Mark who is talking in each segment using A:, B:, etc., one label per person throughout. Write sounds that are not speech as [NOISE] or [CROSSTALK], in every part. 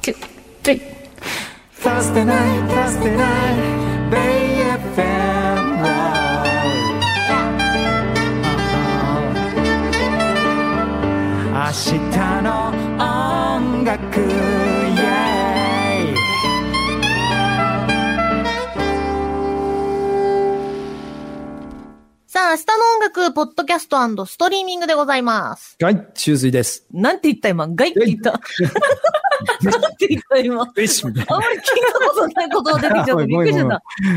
A: two, three.
B: Thursday night, Thursday night, Bay FM Live. 明日の音楽 yeah
C: さあ、明日の音楽、ポッドキャストストリーミングでございます。
D: はい、中水です。
C: なんて言った今、ガイって言った。なんて言った今。あんま
D: よしみたいな。
C: り聞いたことないことが出てきちゃっ
D: [LAUGHS] ご
C: て
D: めん
C: びっ
D: ご
C: く
D: め
C: り
D: ん
C: しち
D: ご
C: ゃ
D: め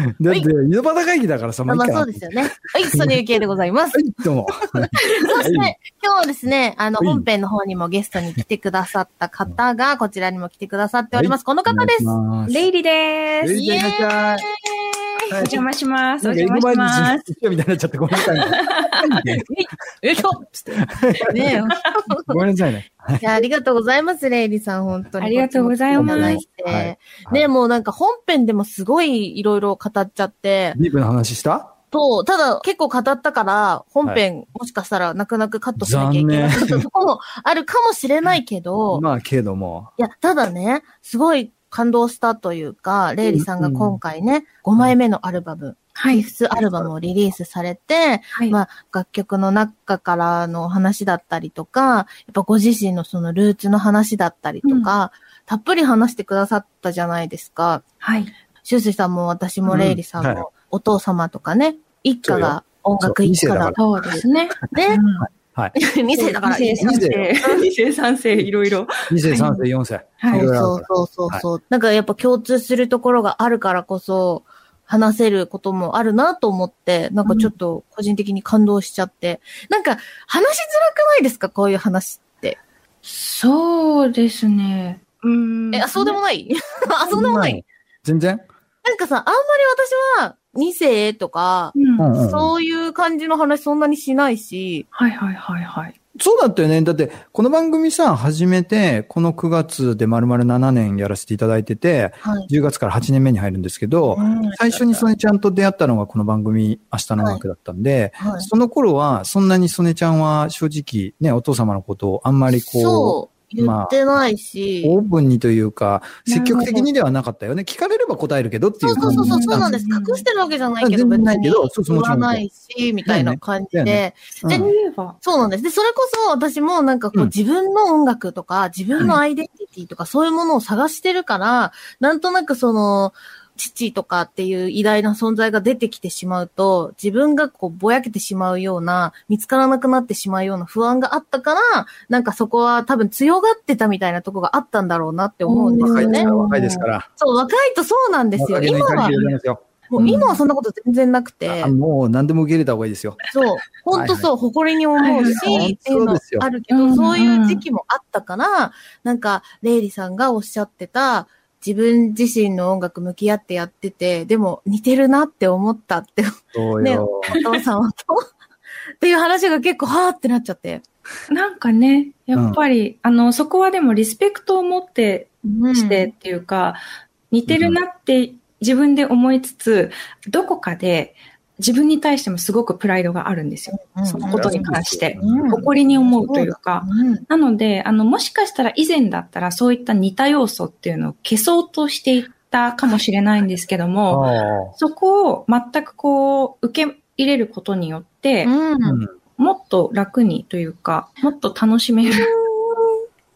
D: ん
C: った。
D: だって、井戸端会議だからさ、
C: ま
D: も
C: あ
D: ういい
C: まあそ
D: かな
C: うですよね。はい、それゆきえでございます。
D: はい、どうも。
C: そして、今日はですね、あの、
D: はい
C: 本編の方にもゲストに来てくださった方が、こちらにも来てくださっております。この方です。
D: イ
E: レイリで
D: レ
E: す。
D: イちゃん、いらっしゃい。
E: お邪魔し
D: な
E: ま
D: ん
E: す。
D: か
E: お
D: 江
E: 邪
D: 戸
E: 魔し
D: 前
E: ま
D: に
E: す。
D: 一緒みたいになっちゃってごめんな
C: [LAUGHS]
D: さいね。
C: よいしょつってね
D: ごめんなさいね。
E: [LAUGHS]
C: え。いやありがとうございます、レイリさん、本当に。
E: ありがとうございます
C: こっちも来ていただいて
D: はい
C: ね、もうなんか本編でもすごいいろいろ語っちゃって、
D: ディープな話した
C: と、ただ結構語ったから、本編もしかしたら泣く泣くカットしなきゃいけない
D: 残
C: ところもあるかもしれないけど、
D: まあ、けども。
C: いや、ただね、すごい感動したというか、レイリさんが今回ね、5枚目のアルバム、
E: は
C: フ
E: い
C: ィ。フスアルバムをリリースされて、
E: はい。
C: まあ、楽曲の中からのお話だったりとか、やっぱご自身のそのルーツの話だったりとか、たっぷり話してくださったじゃないですか。
E: はい。
C: シュウスイさんも私もレイリさんも、
D: うんはい
C: お父様とかね、一家が音楽
D: そう
C: 一家だ
D: 二世だか
E: そうですね。
C: ね。
D: はい。
C: 二世だからいい
E: 二世 [LAUGHS]
C: ね。
E: 三世。二世三世、いろいろ。
D: 2世、3世、4世。
E: はい
D: いろいろある
C: そうそうそうそう、なんかやっぱ共通するところがあるからこそ、話せることもあるなと思って、なんかちょっと個人的に感動しちゃって。なんか話しづらくないですかこういう話って。
E: そうですね。うーん。
C: え、あそうでもない [LAUGHS] あ、そうでもない。
D: 全然
C: なんかさ、あんまり私は二世とか、
E: うん。
D: うんうん
C: そういう感じの話そんなにしないし、
E: はいはいはいはい。
D: そうだったよね。だって、この番組さ、始めて、この9月で丸々7年やらせていただいてて、
C: はい。
D: 10月から8年目に入るんですけど、最初にソネちゃんと出会ったのがこの番組、明日の音楽だったんで、
C: はい
D: その頃は、そんなにソネちゃんは正直、ね、お父様のことをあんまりこう、
C: そう、言ってないし。
D: オープンにというか、
E: なる
D: 積
E: ほど
D: 極的にではなかったよね。聞かれれば答えるけどって
C: そう
D: い
C: うそ
D: 感
C: う
D: じ
C: そうそう、そうなん
D: で
C: です。隠してるわけじゃない
D: うん
C: けど、
D: 全
C: 別
D: 然ない
C: に
D: けどそうそ
C: 言
D: うもちろ
C: わ
D: ん
C: ないし、みたいな感じ
D: だよ
C: で。
D: うん
C: で
E: そういえば。
C: そうなんです。で、それこそ私もなんかこ
D: う
C: うん自分の音楽とか、自分のアイデンティティとか、そういうものを探してるから、なんとなくその、父とかっていう偉大な存在が出てきてしまうと、自分がこうぼやけてしまうような、見つからなくなってしまうような不安があったから、なんかそこは多分強がってたみたいなとこがあったんだろうなって思うんです
D: 若い
C: よ
D: です
C: ね
D: か。ら、若いですから。
C: そう、若いとそうなんですよ。
D: 若気の
C: 今
D: 至り
C: は
D: でございますよ
C: もう今はそんなこと全然なくて、
D: あもう何でも受け入れた方がいいですよ。
C: そう、本当そう、誇りに思うし、
D: はいはい
C: っていう
D: そう
C: の
D: ですよ
C: あるけど、
E: うんうん
C: そういう時期もあったから、なんか、レイリさんがおっしゃってた、自分自身の音楽向き合ってやってて、でも似てるなって思った
E: [LAUGHS]
C: って、
D: そう
C: ね
D: よ。
C: お父さんはと。っていう話が結構、はーってなっちゃって。
E: なんかね、やっぱり、あの、そこはでもリスペクトを持ってしてっ、ていうか、似てるなって自分で思いつつ、どこかで自分に対してもすごくプライドがあるんですよ。
C: うん
E: そのことに関して。
C: うん
E: 誇りに思うというか。
C: うん
E: なので、あの、もしかしたら以前だったらそういった似た要素っていうのを消そうとしていったかもしれないんですけど
D: あ
E: も、
D: あ
E: そこを全くこう、受け入れることによって、
C: うん
D: うん
E: もっと楽にというか、もっと楽
C: [LAUGHS]
E: しめる。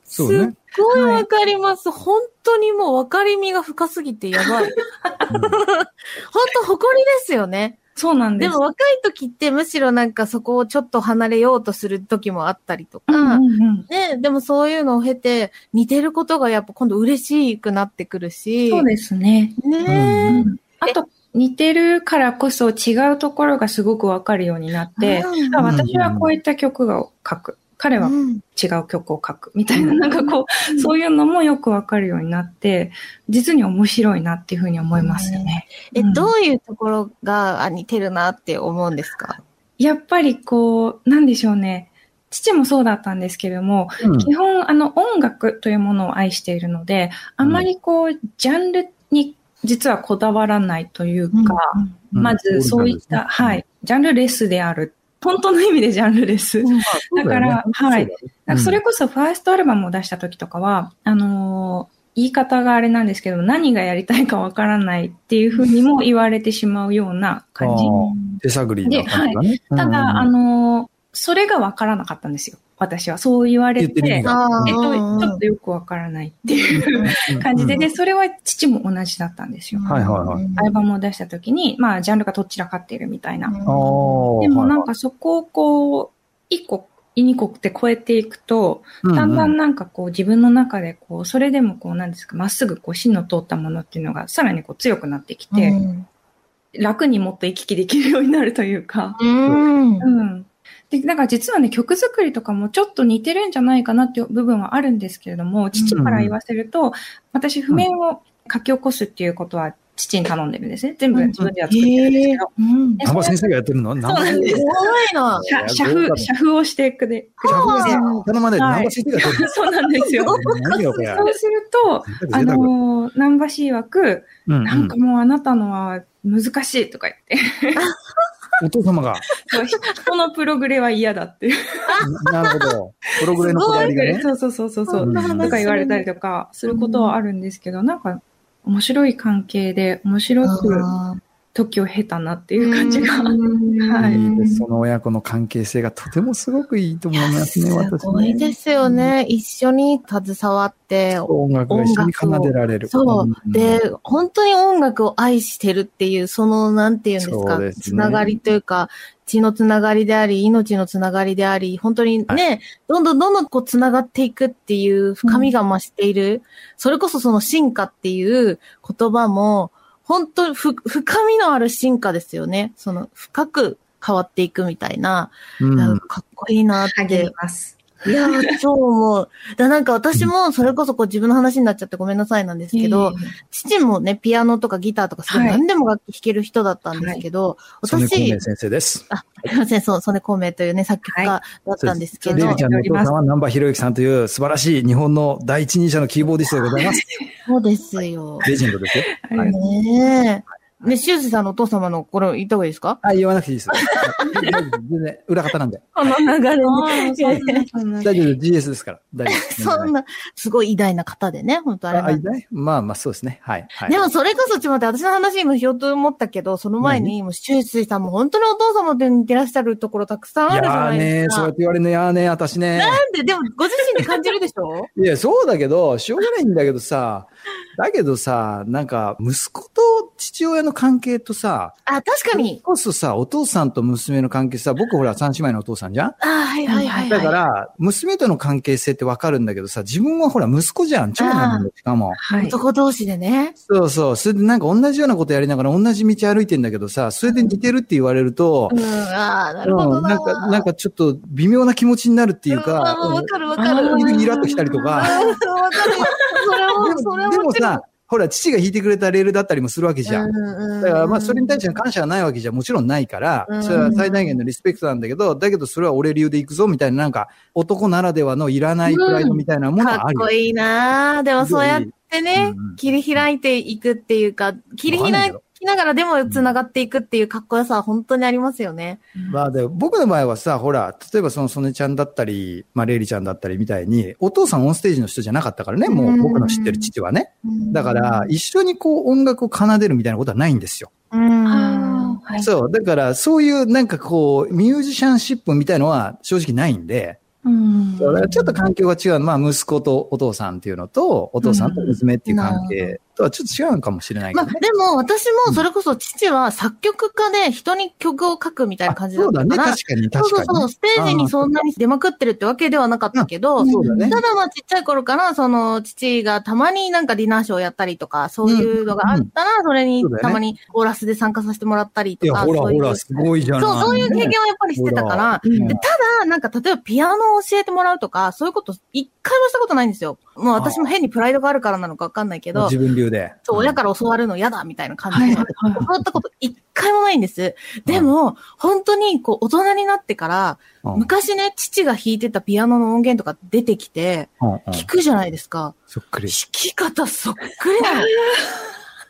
C: す
D: そ
C: っ
D: うね。
C: ごいわかります。本当にもう分かりみが深すぎてや
D: [LAUGHS]
C: ばい。本当誇りですよね。
E: そうなんで。
C: ですも若い時ってむしろなんかそこをちょっと離れようとする時もあったりとか、
E: うんうんうん
C: ね、でもそういうのを経て似てることがやっぱ今度嬉しくなってくるし、
E: そうですね。
D: う
C: ね
E: あと、似てるからこそ違うところがすごくわかるようになっ
C: え、
E: て、
C: うん
E: あ私はこういった曲を書く。彼は
C: うん
E: 違う曲を書く。みたいな、なんかこう、そういうのもよくわかるようになって、実に面白いなっていうふうに思いますよね。
C: え、
E: うん
C: どういうところがあ似てるなって思うんですか
E: やっぱりこう、なんでしょうね。父もそうだったんですけども、
D: うん
E: 基本、あの、音楽というものを愛しているので、あまりこう、ジャンルに実はこだわらないというか、
D: うん
E: [LAUGHS] まずそういった、はい、ジャンルレスである。本当の意味でジャンルレス。だからはい。なんかそれこそファーストアルバムを出した時とかは、あのー言い方があれなんですけど、何がやりたいかわからないっていうふうにも言われてしまうような感じ。
D: ああ手探りな感じだね。
E: ただ、あ
D: の、
E: の、それがわからなかったんですよ。私は。そう言われ
D: 言っ
E: て、
D: てる意味が
C: ああ、
E: えっと、ちょっ
C: と
E: とよくわからないっていう感じで、で、それは父も同じだったんですよ。
D: はいはいはい
E: アルバムを出した時に、まあ、ジャンルがどっちらかっているみたいな。
D: ああ、
E: でもなん
D: か、
E: かそこをこう、一個、二個って超えていくと、
D: うんうん
E: だんだんなんかこう自分の中でこう、それでもこうなんですか、まっすぐこう芯の通ったものっていうのがさらにこう強くなってきて、楽にもっと行き来できるようになるというか、
C: うん。
E: うん。で、なんか実はね、曲作りとかもちょっと似てるんじゃないかなっていう部分はあるんですけれども、父から言わせると、私譜面を書き起こすっていうことは父に頼んでるんですね。全部自分では作ってるんですけど。 [LAUGHS]
C: うん。
E: で
D: 南波先生がやってるの
E: そうなんです
C: すごいな。
E: 写写譜、写譜をしてくれ、くれ
C: そう
E: て
C: なんだ
D: 頼まないで、
E: は
D: 南
E: い
D: 波先生がやってる
E: そうなんですよ。
D: の。何よ、これ。
E: そうする
D: [LAUGHS]
E: と、あのー、南波氏曰く、
D: うんうん
E: なんかもうあなたのは難しいとか言
D: [LAUGHS]
E: って、
D: お父様が。
E: そう人のプログレは嫌だっていう。
D: な
E: [LAUGHS]
D: るほど。プログレのこだわりがね。
E: そうそうそうそうそうう。
D: ん
E: とか言われたりとかすることはあるんですけど、なんか面白い関係で面白く
C: あー
E: 時を経たなっていう感じが。
C: うん
E: はい
D: いいですその親子の関係性がとてもすごくいいと思いますね、
C: す
D: 私
C: ごい
D: ね。
C: ですよね。一緒に携わって、
D: 音楽が一緒に奏でられる。
C: そ
D: ん
C: う。で、、本当に音楽を愛してるっていう、その、なんていうんですか、
D: そうですね
C: つながりというか、血のつながりであり、命のつながりであり、本当にね、どんどんどんどんこうつながっていくっていう深みが増している、それこそその進化っていう言葉も、本当にふ深みのある進化ですよね。その深く変わっていくみたいな、
D: うん
C: なんかかっこいいなって
E: 励みます。
C: いやー、超思う。だなんか私も、それこそこう自分の話になっちゃってごめんなさいなんですけど、父もね、ピアノとかギターとかすごい
E: はい
C: 何でも楽器弾ける人だったんですけど、
D: 曽根孔
C: 私
D: 明、先生です。
C: すいません、そう、曽根孔明というね、作曲家だったんですけ
E: あ
D: レ
E: の
D: イ
C: ど、
D: リ
E: そう
D: ちゃんのお父さんは南波博之さんという素晴らしい日本の第一人者のキーボーディストでご
C: [LAUGHS]
D: ざいます。
C: そうですよ。
D: レジェンドですよ。
E: はいはい
C: ねえ。ね、修士さんのお父様のこれ言った方がいいですか
D: あ、言わなくていいです。
C: [LAUGHS]
D: 大丈夫です全然裏方なんで。
C: この流れ
E: あーそうなんだそうなんだ
D: 大丈夫です。GS ですから。大丈夫で
C: [LAUGHS]
D: す。
C: そんな、すごい偉大な方でね、本当あれ
D: あ
C: なんで。
D: いないまあまあそうですね。はい。はい、
C: でもそれこそちょっと待って、私の話今しようと思ったけど、その前に、もう、修士さんも本当にお父様と似てらっしゃるところたくさんあるじゃない
D: いやー
C: で
D: ね
C: す
D: そ
C: か。
D: うやって言われるのやーね
C: [LAUGHS]
D: 私ね。
C: なんで、でもご自身で感じるでしょ
D: いや、そうだけど、しょうがないんだけどさ、だけどさ、なんか、息子と父親の関係とさ、
C: あ、確かに。
D: こそさ、お父さんと娘の関係さ、僕ほら、三姉妹のお父さんじゃん
C: あはいはいはい、はい。
D: だから、娘との関係性ってわかるんだけどさ、自分はほら、息子じゃん。長男なんだよしかも。
E: はい。
C: 男同士でね。
D: そうそう。それでなんか同じようなことやりながら同じ道歩いてんだけどさ、それで似てるって言われると
C: う、ん、ああ、なるほど
D: うん、
C: な。
D: なんか、なんかちょっと微妙な気持ちになるっていうか、
C: うんわかるわかる。
E: う
C: うんんわ
D: イラっとしたりとか。
C: かるよ。それ
D: で
C: も、それは
D: もで
C: も
D: も
C: ちろん。
D: さ、ほら、父が弾いてくれたレールだったりもするわけじゃん。だから、まあ、それに対しての感謝はないわけじゃもちろんないから
C: う、ん
D: それは最大限のリスペクトなんだけど、だけどそれは俺流で行くぞみたいな、なんか、男ならではのいらないプライドみたいなもの
C: か
D: はあ
C: っ
D: るよ。
C: こいいなあでもそうやってね
D: うんうん、
C: 切り開いていくっていうか、切り
D: わかんない
C: 開
D: けど
C: きながらでも繋がっていくっていうかっこよさは本当にありますよね。
D: まあで、僕の場合はさ、ほら、例えばその、ソネちゃんだったり、まあ、レイリちゃんだったりみたいに、お父さんオンステージの人じゃなかったからね、もう僕の知ってる父はね。だから、一緒にこう、音楽を奏でるみたいなことはないんですよ。
C: うん、
E: あーはい
D: そう。だから、そういうなんかこう、ミュージシャンシップみたいのは正直ないんで、
E: うん
D: だからちょっと環境が違う。まあ、息子とお父さんっていうのと、お父さんと娘っていう関係とはちょっと違うのかもしれないけ
C: まあ、
D: ど
C: で
D: ね。
C: も私もそれこそ父は作曲家で人に曲を書くみたいな感じだ
D: そ
C: っ
D: うだ
C: たか
D: ね。
C: ら、
D: 確かに、
C: そう
D: 確
C: そう
D: か
C: そう、
D: に。
C: ステージにそんなに出まくってるってわけではなかったけど、
D: そうだね。
C: ただまあちっちゃい頃から、その父がたまになんかディナーショーやったりとか、そういうのがあったら、それに
D: そうだよね
C: たまにオーラスで参加させてもらったり
D: い
C: と
D: や、
C: か、
D: ほら
C: そうい
D: ほ
C: う
D: ら、すごいじゃない。
C: そう、そういう経
D: ね
C: 験をやっぱりしてたから、
E: うん
C: でただ、なんか、例えばピアノを教えてもらうとか、そういうこと一回もしたことないんですよ。もう私も変にプライドがあるからなのかわかんないけど、
D: 自分流で。
C: そう、親から教わるの嫌だみたいな感じ
E: はい
C: で、
E: はいはい
C: 教わったこと一回もないんです。でも、本当に、こう、大人になってから、
D: うんうん
C: 昔ね、父が弾いてたピアノの音源とか出てきて、
D: うんうん
C: 聞くじゃないですか。
D: そっくり
C: 弾。き方そっくりなの。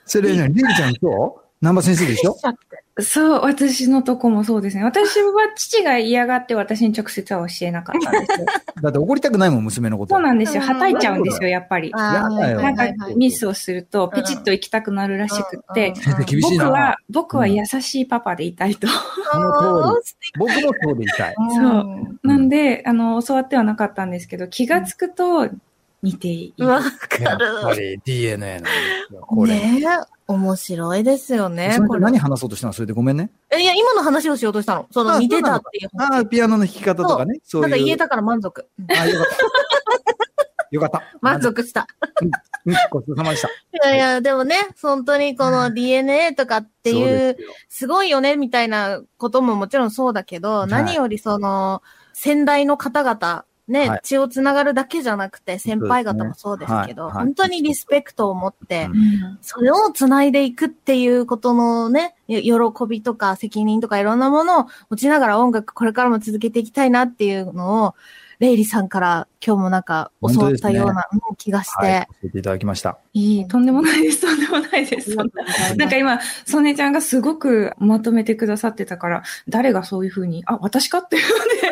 D: それね、レイちゃん今日南波先生でしょ
C: ちゃって。
E: そう、私のとこもそうですね。私は父が嫌がって私に直接は教えなかったんですよ。
D: だって怒りたくないもん、娘のこと。
E: そうなんですよ。
C: うん
E: はたいちゃうんですよ、やっぱり。
C: あー
D: やだよ
E: なんかミス
D: を
E: をすると、ピチッと行きたくなるらしくって、
D: 先生厳しい
E: 僕
D: な。
E: は、僕は優しいパパでいたいと。
D: の通
C: り。
D: 僕もそうでい
C: [LAUGHS]
D: たい。
E: そう
C: うん。
E: なんで、あの、教わってはなかったんですけど、気がつくと似ている。
C: わ
D: や
C: か
D: っぱ
C: る。
D: り DNA なんですよ、これ。
C: ねえ、面白いですよね。
D: それ
C: こ
D: で
C: れ
D: 何話そうとしたのそれでごめんね。
C: えいや、今の話をしようとしたの。その
D: あ
C: 似てたっていう
D: ああ、
C: 話。
D: ピアノの弾き方とかね。そう
C: ない
D: うん
C: か言えたから満足。うん
D: あよかった。よかった。
C: 満。足した。
D: うん、ごちそうさまでした。っ
C: いやいや、でもね、本当にこの DNA とかっていう、すごいよね、みたいなことももちろんそうだけど、
D: い
C: 何よりその、先代の方々、ね、
D: はい
C: 血をつながるだけじゃなくて、先輩方もそ
D: そうう
C: で
D: ですすね
C: けど、
D: はいはい
C: 本当にリスペクトを持って、
D: うん
E: うん
C: それをつないでいくっていうことのね、喜びとか責任とかいろんなものを持ちながら音楽これからも続けていきたいなっていうのを、レイリさんから今日もなんか教わったようなうん気がして。
D: はい。教えていただきました。
E: いい、とんでもないです、とんでもないです。そんななんか今、ソネちゃんがすごくまとめてくださってたから、誰がそういうふうに、あ、私かっていうので、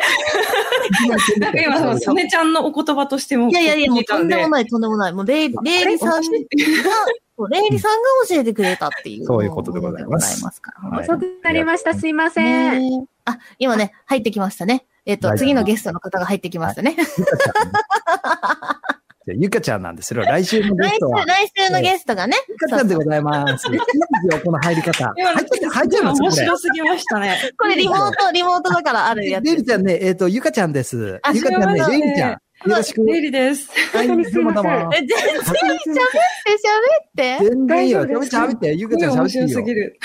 E: なんか今、ソネちゃんのお言葉としても、
C: いやいやいや、もうとんでも
E: ない。
C: ない、とんでもない。もうレイ、レイリさんが、そうレイリさんが教えてくれたっていう。
D: そういうことでございます
C: ものでござから
D: はい
A: 遅くなりました。すいません。
C: ねえあ、今ね、入ってきましたね。えっ、
D: 大丈
C: と、
D: 夫
C: 次のゲストの方が入ってきましたね。
D: ゆかちゃんね。じゃあゆかちゃんなんですよ。来週のゲ
C: 来
D: ス
C: 週、
D: トは。
C: 来週のゲストがね。
D: ゆかちゃんでございます。いいですよ、この入り方。
E: 今
D: 入っちゃ入っちゃいますよ
E: 面
D: これ
E: 白すぎましたね。
C: これリモート、リモートだからあるやつ。
D: レイリちゃんね、えっ、と、ゆかちゃんです。
C: あ
D: ゆかちゃんね、
E: そうな
D: レ
E: ん
D: イ
E: だ
D: リちゃん。よろしく。
E: レイリです。
D: はい
A: 本当にすいませ
D: ど
A: ん
D: うもどうも
C: え、全然喋って、喋って。
D: 全然いいよ。
A: 大丈夫です
D: 喋って、ゆかちゃん喋
E: 面
D: ってい
E: 白
D: い
E: す
D: よ
E: ぎ。る。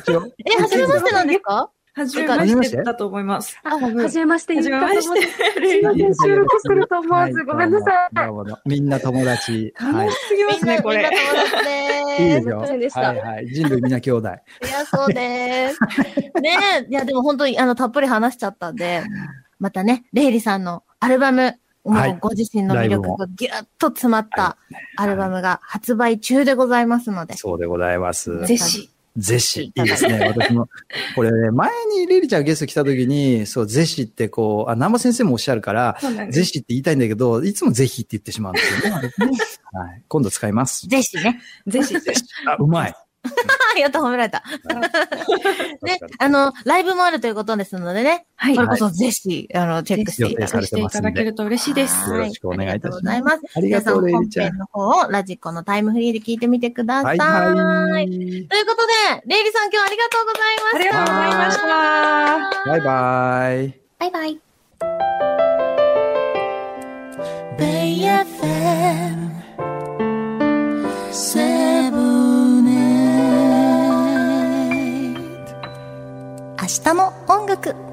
D: 一応
C: え、初めましてなんですか
E: はじめましてだと思います。
A: あ、はじめまして言
E: は
A: っ
E: じめま
A: たと思
E: し
A: う。
E: て。
A: すいません、収録すると思わ
D: は
A: ず、ごめんなさい。
D: どうもどうもみんな友達。はい
E: 楽し。すぎま
C: みん
E: す
C: な、みん
E: ね、
C: な友
E: これ。
C: 達
D: い
C: で
D: いですす。よ。
A: すいませんでした
D: はいはい。人類みんな兄弟。
C: いや、そうです。ねえ、いや、でも本当に、あの、たっぷり話しちゃったんで、またね、レイリさんのアルバム、も
D: は
C: う
D: い
C: ご自身の魅力がギュッと詰まったアルバムが発売中でございますので。
D: そうでございます。
E: ぜひ。
D: ゼシ。いいですね。私も。これね、前にリリちゃんがゲスト来た時に、そう、ゼシってこう、あ、南波先生もおっしゃるから、
E: そうなん
D: ゼ
E: です。
D: シって言いたいんだけど、いつもぜひって言ってしまうんですよね。はい。今度使います。
C: ぜひね。
E: ぜひ。
D: あ、うまい。
C: あ [LAUGHS] やった、褒められた。ね、あの、ライブもあるということですのでね、
E: はい
C: そ。れこそぜひ、あの、チェックしていただきたい
D: 予定され
E: していただけると嬉しいです。
D: よろしくお願いいたします
C: はありがとうございます。皆さん
D: ありがとう
C: 本
D: レイリちゃん
C: 編の方をラジコのタイムフリーで聞いてみてくださ。
D: はいいはい。
C: ということで、レイリさん今日はありがとうございました。
E: ありがとうございました。
D: バイバイ。
C: バイバイ。
B: BFM 78明日も音楽